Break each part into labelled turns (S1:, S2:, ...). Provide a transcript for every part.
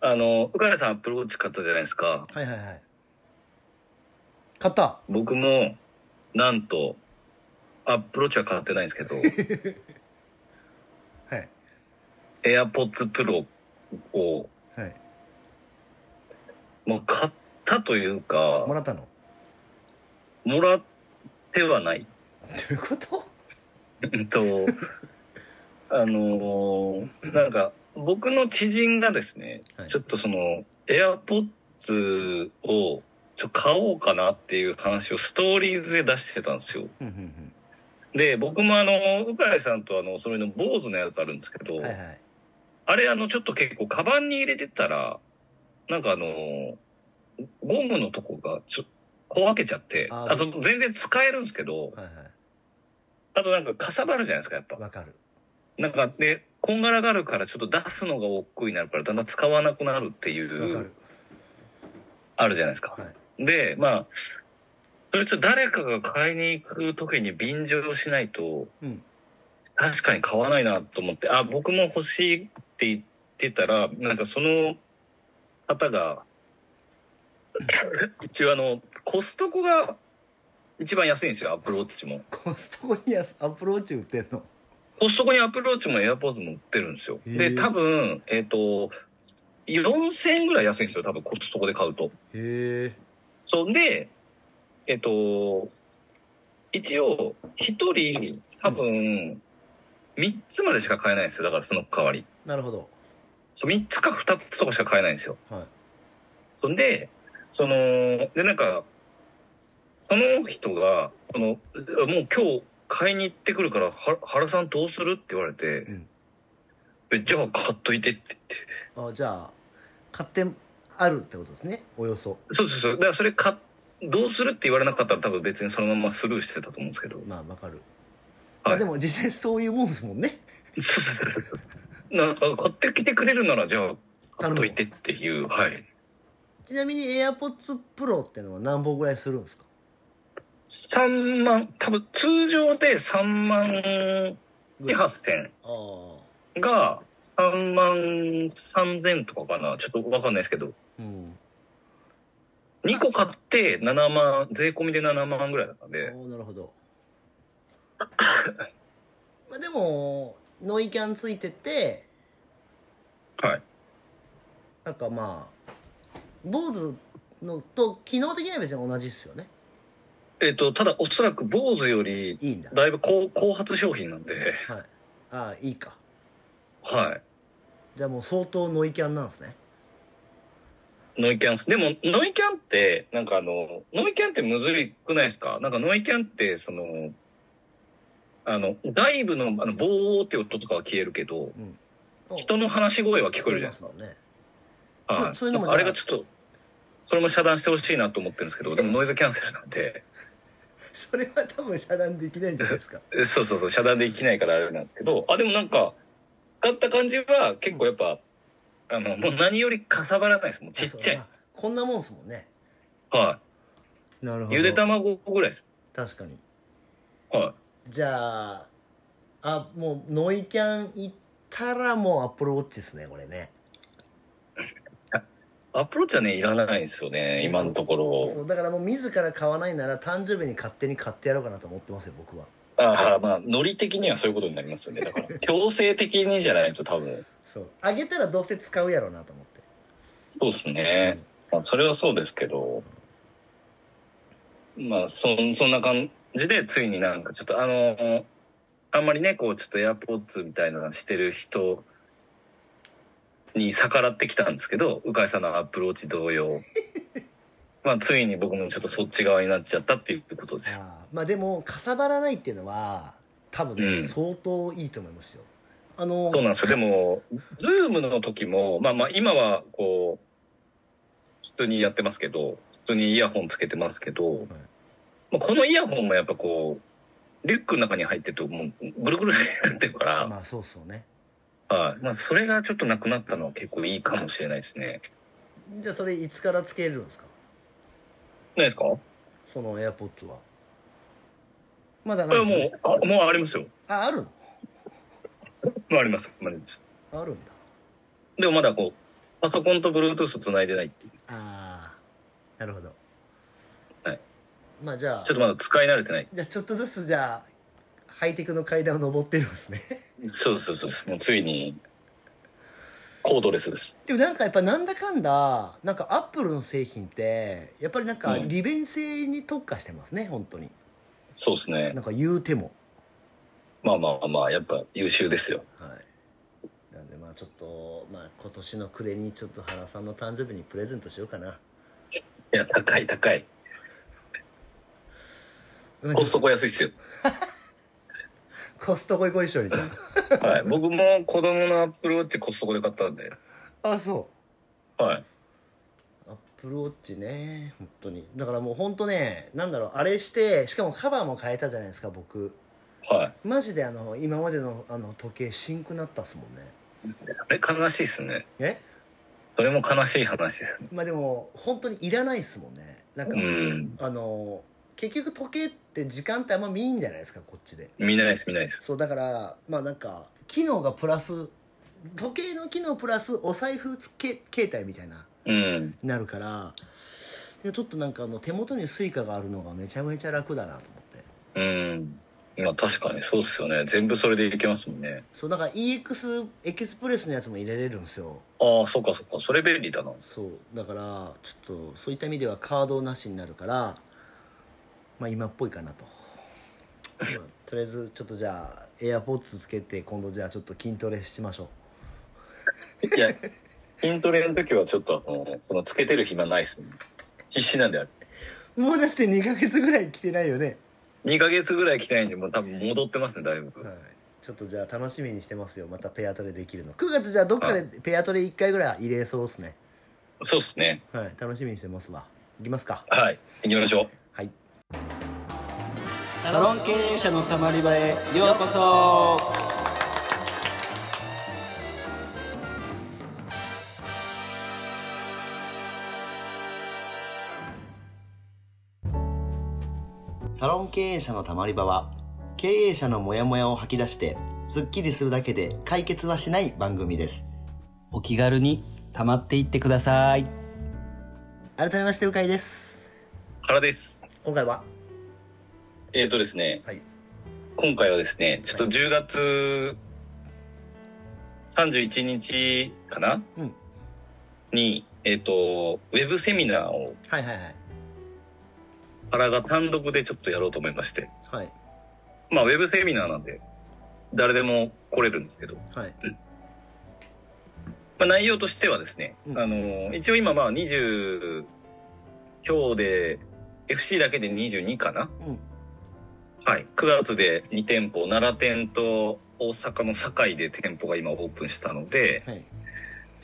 S1: あの、うかねさんアップルウォッチ買ったじゃないですか。
S2: はいはいはい。買った
S1: 僕も、なんと、アップルウォッチは買ってないんです けど、
S2: はい。
S1: AirPods Pro を、
S2: はい。
S1: もう買ったというか
S2: も、らったの
S1: もらってはない。
S2: どういうこと
S1: うんと、あのーなんか、僕の知人がですね、
S2: はい
S1: ちょっとその、AirPods をちょ買おうかなっていう話をストーリーズで出してたんですよ。
S2: うんうん
S1: で、僕もあの、うかいさんとあの、それの坊主のやつあるんですけど、
S2: うん。はいはい。
S1: あれあの、ちょっと結構、カバンに入れてたら、なんかあの、ゴムのとこがちょ小分けちゃって、
S2: あ
S1: あその全然使えるんですけど、
S2: はいはい。
S1: あとなんかかさばるじゃないですか、やっぱ。
S2: わかる。
S1: なんかで、こんがらがるからちょっと出すのが億劫になるから、だんだん使わなくなるってい
S2: わか
S1: う
S2: る、。
S1: あるじゃないですか。
S2: はい。
S1: で、まあ、それちょっと誰かが買いに行く時に便乗しないと、
S2: うん。
S1: 確かに買わないなと思って、あ、僕も欲しいって言ってたら、なんかその方が、 一応あの、コストコが一番安いんですよ、アップルウォッチも。
S2: コストコにやすアプローチ売ってんの。
S1: コストコにアップルウォッチもエアポーズも売ってるんですよ。
S2: へー
S1: で、多分、えっ、と、4000円ぐらい安いんですよ、多分コストコで買うと。
S2: へえ。
S1: そんで、えっ、と、一応、一人、多分、3つまでしか買えないんですよ。だからその代わり。
S2: なるほど。
S1: そう、3つか2つとかしか買えないんですよ。
S2: はい。
S1: そんで、その、で、なんか、その人が、その、もう今日買いに行ってくるから、は原さんどうするって言われて、
S2: うん
S1: えじゃあ買っといてって言って。
S2: あじゃあ、買ってあるってことですね。およそ。
S1: そうそうそう。だからそれ買っ、どうするって言われなかったら多分別にそのままスルーしてたと思うんですけど。
S2: まあわかる。
S1: はい
S2: まあでも実際そういうもんですもんね。
S1: そうそうそうそうなんか買ってきてくれるならじゃあ買っといてっていう、はい。
S2: ちなみに AirPods Pro ってのは何本ぐらいするんですか
S1: 3万、多分通常で3万7、8000。
S2: ああ。
S1: が3万3000とかかなちょっとわかんないですけど、
S2: うん。
S1: 2個買って7万、税込みで7万ぐらいだったんで、
S2: おーなるほど まあでもノイキャンついてて
S1: はい。
S2: なんかまあ坊主のと機能的には別に同じっすよね
S1: えっ、と、ただおそらく坊主より
S2: いいんだ
S1: だいぶ高後発商品なんで、
S2: はいああいいか
S1: は
S2: じゃあもう相当ノイキャンなんですね
S1: い。ノイキャンっすでも、ノイキャンって、なんかあの、ノイキャンってむずいくないですかなんかノイキャンって、その、あの、外部の、あの、ボーって音とかは消えるけど、人の話し声は聞こえるじゃないですか
S2: すもんね
S1: はい
S2: そうそういうのも
S1: あれがちょっと、それも遮断してほしいなと思ってるんですけど、でもノイズキャンセルなんで、
S2: それは多分遮断できないんじゃないですか
S1: えそうそうそう、遮断できないからあれなんですけど、あ、でもなんか、使った感じは結構やっぱ、あの、もう何よりかさばらないです。 もうちっちゃい。
S2: あこんなもんっすもんね
S1: は
S2: なる
S1: い。ゆで卵ぐらいです。
S2: 確かに
S1: は
S2: じゃああもうノイキャン行ったらもうアップルウォッチですねこれね
S1: い。アプローチはね、いらないんですよね、今のとこ
S2: そ
S1: ろ。
S2: うだからもう自ら買わないなら誕生日に勝手に買ってやろうかなと思ってますよ僕は
S1: ああ、まあ、ノリ的にはそういうことになりますよね。だから、強制的にじゃないと多分、
S2: そうあげたらどうせ使うやろうなと思って
S1: そうですね。まあ、それはそうですけど、まあ、そん、そんな感じで、ついになんかちょっとあの、あんまりね、こう、ちょっとエアポーツみたいなのしてる人に逆らってきたんですけど、うかいさんのアプローチ同様。まあ、ついに僕もちょっとそっち側になっちゃったっていうことですよ。
S2: あーまあでもかさばらないっていうのは多分ね、
S1: うん
S2: 相当いいと思いますよあの
S1: そうなんですよ。でも、ズームの時も、まあまあ、今は、こう、普通にやってますけど、普通にイヤホンつけてますけど、まあ、このイヤホンもやっぱこう、リュックの中に入ってると、もう、ぐるぐるになってるから、
S2: まあそうそうね
S1: はいまあ、それがちょっとなくなったのは結構いいかもしれないですね。
S2: じゃあそれいつからつけれるんですか
S1: ないですかこ
S2: そのエアポッツはまだな
S1: れ
S2: い
S1: はも
S2: ですね
S1: う、あもうありますよ。
S2: ああるの
S1: もうあります。あります。
S2: あるんだ
S1: でもまだこう、パソコンと Bluetooth つないでないっていう
S2: ああなるほど
S1: はい
S2: まあじゃあ
S1: ちょっとまだ使い慣れてない
S2: じゃあちょっとずつじゃあハイテクの階段を登ってるんですね
S1: そうそうそうそうもうついにコードレスです
S2: でもなんかやっぱなんだかんだなんかアップルの製品ってやっぱりなんか
S1: うん
S2: 利便性に特化してますね本当に
S1: そうですね
S2: なんか言うても
S1: まあまあまあやっぱ優秀ですよ
S2: はいなんでまあちょっと、まあ、今年の暮れにちょっと原さんの誕生日にプレゼントしようかない
S1: や高い高いコストコ安いっすよ、
S2: コストコ行こう一緒にじゃ
S1: はい、僕も子供のアップルウォッチコストコで買ったんで
S2: ああそう
S1: はい
S2: アップルウォッチね本当にだからもう本当ねなんだろうあれしてしかもカバーも変えたじゃないですか僕
S1: はい
S2: マジであの今までのあの時計シンクなったっすもんね
S1: あれ悲しいっすね
S2: え
S1: それも悲しい話ですね
S2: まあでも本当にいらないっすもんねなんか、
S1: うん
S2: あの結局時計って時間ってあんま見んじゃないですかこっちで
S1: 見ないです見ないです
S2: そうだからまあなんか機能がプラス時計の機能プラスお財布つけ携帯みたいな
S1: うん
S2: なるからいやちょっとなんかあの手元にスイカがあるのがめちゃめちゃ楽だなと思って
S1: うんまあ確かにそうっすよね全部それでいけますもんね
S2: そうだから EX エキスプレスのやつも入れれるんですよ
S1: ああそうかそうかそれ便利だな
S2: そうだからちょっとそういった意味ではカードなしになるからまあ今っぽいかなと、まあとりあえずちょっとじゃあエアポッツつけて今度じゃあちょっと筋トレしましょ
S1: いや、筋トレの時はちょっとあの、そのつけてる暇ないっすね。必死なんである。
S2: うもうだって2ヶ月ぐらい来てないよね
S1: 2ヶ月ぐらい来てないんで、もう多分戻ってますね、だいぶ。
S2: はい、ちょっとじゃあ楽しみにしてますよまたペアトレできるの9月じゃあどっかでペアトレ1回ぐらい入れそうですね
S1: そうっすね。
S2: はい楽しみにしてますわいきますか
S1: はい。行きましょう。
S2: はい
S3: サロン経営者のたまり場へようこそ
S2: サロン経営者のたまり場は経営者のモヤモヤを吐き出してスッキリするだけで解決はしない番組です
S3: お気軽にたまっていってください
S2: 改めましてうかいです
S1: 原です。
S2: 今回は
S1: えーとですね、
S2: はい
S1: 今回はですね、ちょっと10月31日かな、
S2: うん
S1: に、えっ、と、ウェブセミナーを
S2: はいはいはい
S1: 原が単独でちょっとやろうと思いまして。
S2: はい
S1: まあ、ウェブセミナーなんで、誰でも来れるんですけど、
S2: はい
S1: まあ、内容としてはですね、
S2: うん
S1: あの一応今まあ20今日で FC だけで22かな、
S2: うん
S1: はい、9月で2店舗奈良店と大阪の堺で店舗が今オープンしたので
S2: はい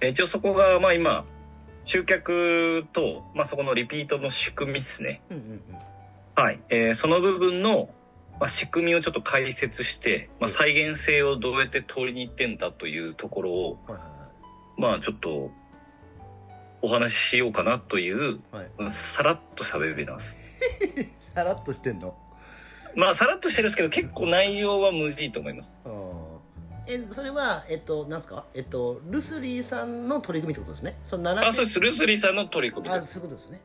S1: え一応そこがまあ今集客と、まあ、そこのリピートの仕組みですね、
S2: うんうん
S1: はいえーその部分の、まあ、仕組みをちょっと解説して、まあ、再現性をどうやって取りに行ってんだというところを
S2: うんはいは
S1: まあちょっとお話ししようかなという、
S2: いはいはい
S1: さらっと喋りなんです。
S2: さらっとしてんの
S1: まあさらっとしてるんですけど結構内容は無事いいと思います。
S2: あーえそれはえっとなんすかえっとルスリーさんの取り組みってことですねその奈
S1: あ、
S2: 良
S1: そうです。ルスリーさんの取り組み
S2: あ
S1: です。
S2: そういうことですね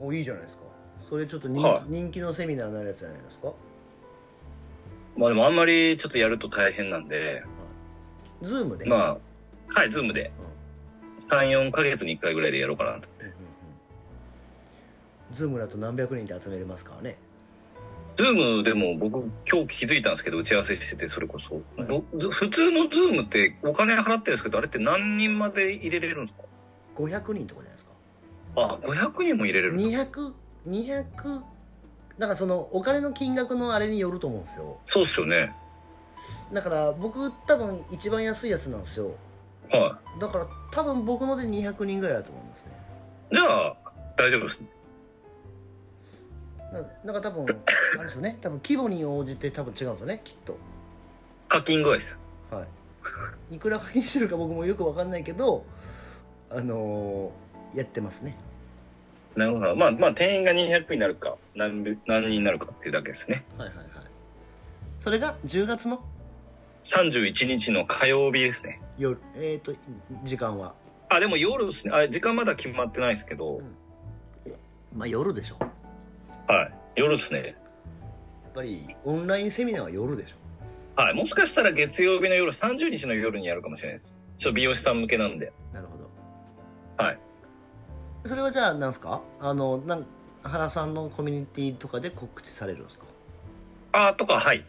S2: おいいじゃないですかそれちょっと人気,、
S1: はい
S2: 人気のセミナーになるやつじゃないですか
S1: まあでもあんまりちょっとやると大変なんで、
S2: ズームであ、
S1: まあ、はい、ズームで
S2: うん
S1: 3、4ヶ月に1回ぐらいでやろうかなと。
S2: うんうんうんズームだと何百人で集めれますからね
S1: ズームでも僕今日気づいたんですけど、打ち合わせしててそれこそ。
S2: はい
S1: ぼず普通のズームってお金払ってるんですけど、あれって何人まで入れれるんですか
S2: 500人とかじゃないですか
S1: あ、500人も入れれるんだ。
S2: 200200だからそのお金の金額のあれによると思うんですよ
S1: そうっすよね。
S2: だから僕多分一番安いやつなんですよ
S1: はい。
S2: だから多分僕ので200人ぐらいだと思いますね
S1: じゃあ、大丈夫です。
S2: ななんか多分あれですよ ね多分規模に応じて多分違うんですよねきっと
S1: 課金具合です。
S2: はい、いくら課金してるか僕もよくわかんないけどあのーやってますね
S1: なるほど。まあ、まあ、店員が200になるか、何べ、何人になるかっていうだけですね。
S2: はいはいはいそれが10月の
S1: 31日の火曜日ですね。
S2: 夜えっ、と時間は
S1: あでも夜ですねあれ時間まだ決まってないですけど、
S2: まあ夜でしょや
S1: はい夜ですね
S2: っぱりオンラインセミナーは夜でしょ
S1: はいもしかしたら月曜日の夜30日の夜にやるかもしれないですちょっと美容師さん向けなんで
S2: なるほど
S1: はい
S2: それはじゃあなんですかあのなん原さんのコミュニティとかで告知されるんですか
S1: あーとかはい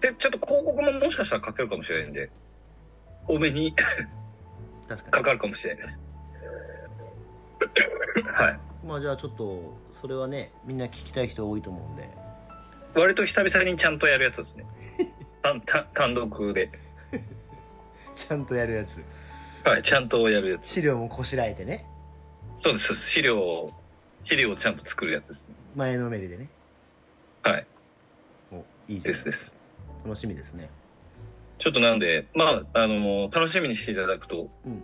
S1: でちょっと広告ももしかしたらかけるかもしれないんで多めに
S2: 確か
S1: か
S2: に
S1: かるかもしれないですはい
S2: まあじゃあちょっとそれはねみんな聞きたい人多いと思うんで
S1: 割と久々にちゃんとやるやつですね単単単独で
S2: ちゃんとやるやつ
S1: はいちゃんとやるやつ
S2: 資料もこしらえてね
S1: そうですそうです資料を資料をちゃんと作るやつですね
S2: 前のめりでね
S1: はい
S2: おいいじゃ
S1: で
S2: ん
S1: すです
S2: 楽しみですね
S1: ちょっとなんで、まあ、あの楽しみにしていただくと
S2: うん、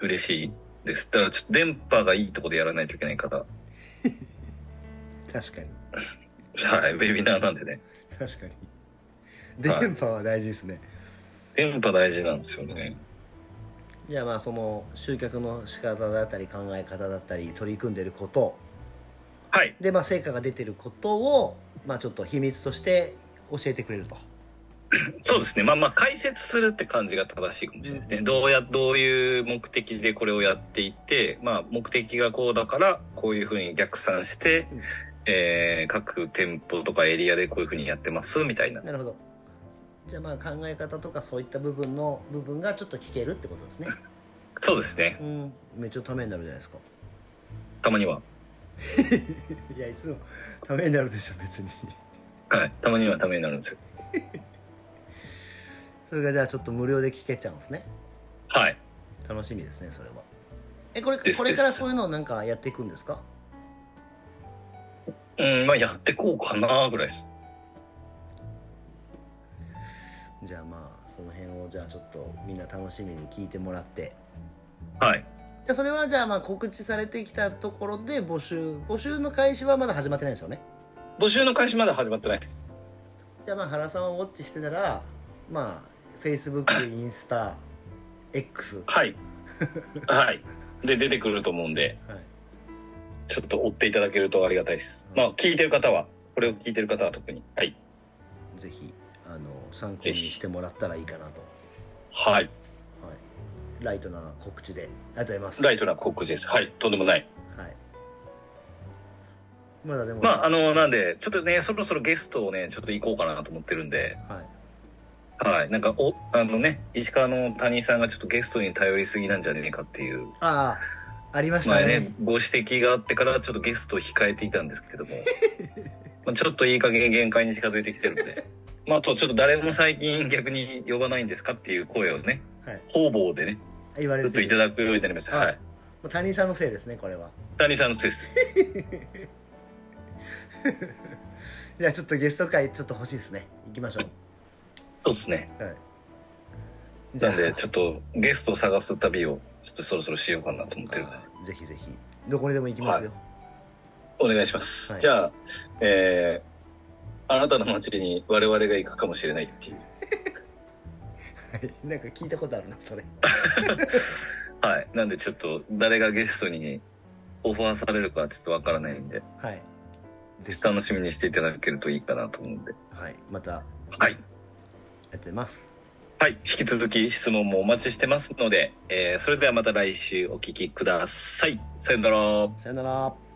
S1: 嬉しいです。だから、ちょっと電波がいいとこでやらないといけないから、
S2: 確かに
S1: はい、ウェビナーなんでね。
S2: 確かに
S1: はい
S2: 電波は大事ですね、
S1: 電波大事なんですよね。
S2: じゃあまあその集客の仕方だったり考え方だったり取り組んでること
S1: はい、
S2: でまあ成果が出てることをまあちょっと秘密として教えてくれると
S1: そうですね。まあまあ、解説するって感じが正しいかもしれないです
S2: う
S1: ね。
S2: ん
S1: どうや、どういう目的でこれをやっていって、まあ、目的がこうだから、こういうふうに逆算して
S2: うん、
S1: えー各店舗とかエリアでこういうふうにやってます、みたいな。
S2: なるほどじゃあまあ考え方とかそういった部分の部分がちょっと聞けるってことですね
S1: そうですね。
S2: うんめっちゃためになるじゃないですか
S1: たまには。
S2: いやいつもためになるでしょ別に
S1: はい。たまにはためになるんですよ。
S2: それがじゃあちょっと無料で聞けちゃうんですね
S1: はい。
S2: 楽しみですねそれはえこれ
S1: です
S2: これから
S1: です
S2: そういうのをなんかやっていくんですか
S1: うん、まあやってこうかなぐらいです。
S2: じゃあまあその辺をじゃあちょっとみんな楽しみに聞いてもらって
S1: はい。
S2: じゃあそれはじゃあまあ告知されてきたところで募集募集の開始はまだ始まってないんですよね
S1: 募集の開始まだ始まってないです。
S2: じゃあまあ原さんをウォッチしてたらまあ Facebook インスタ X
S1: はい。 はい。で、出てくると思うんで、
S2: はい
S1: ちょっと追っていただけるとありがたいです。まあ、聞いてる方は、これを聞いてる方は特に。はい。
S2: ぜひあの参考にしてもらったらいいかなと、
S1: はい。
S2: はい、ライトな告知でありがとうございます
S1: ライトな告知です。はい。とんでもない。
S2: はいまだでも
S1: まあ、あの、なんで、ちょっとね、そろそろゲストをね、ちょっと行こうかなと思ってるんで、
S2: はい
S1: はい。なんか、お、あのね、石川の谷井さんがちょっとゲストに頼りすぎなんじゃねえかっていう、
S2: ああありました
S1: 前
S2: ね
S1: ねご指摘があってからちょっとゲストを控えていたんですけ どもまあちょっといい加減限界に近づいてきてるんで、まあ、あとちょっと誰も最近逆に呼ばないんですかっていう声をね
S2: はい
S1: 方々でね
S2: 言われ
S1: ちょ
S2: る
S1: っといただくようになりました
S2: はい
S1: はい
S2: もう谷井さんのせいですねこれは
S1: 谷さんのせいです
S2: じゃあちょっとゲスト会ちょっと欲しいですね行きましょ
S1: そうですね
S2: うはいじゃ
S1: な
S2: あ
S1: んでちょっとゲストを探す旅をちょっとそろそろしようかなと思ってるんで
S2: あーぜひぜひどこにでも行きますよ、
S1: お願いします、
S2: はい
S1: じゃあえーあなたの街に我々が行くかもしれないっていう
S2: はい、なんか聞いたことあるなそれ
S1: はいなんでちょっと誰がゲストにオファーされるかはちょっとわからないんで
S2: はいぜひ
S1: 楽しみにしていただけるといいかなと思うんで。
S2: はいまたや
S1: はい。
S2: ってます
S1: はい。引き続き質問もお待ちしてますので、えーそれではまた来週お聞きください。さよなら。
S2: さよなら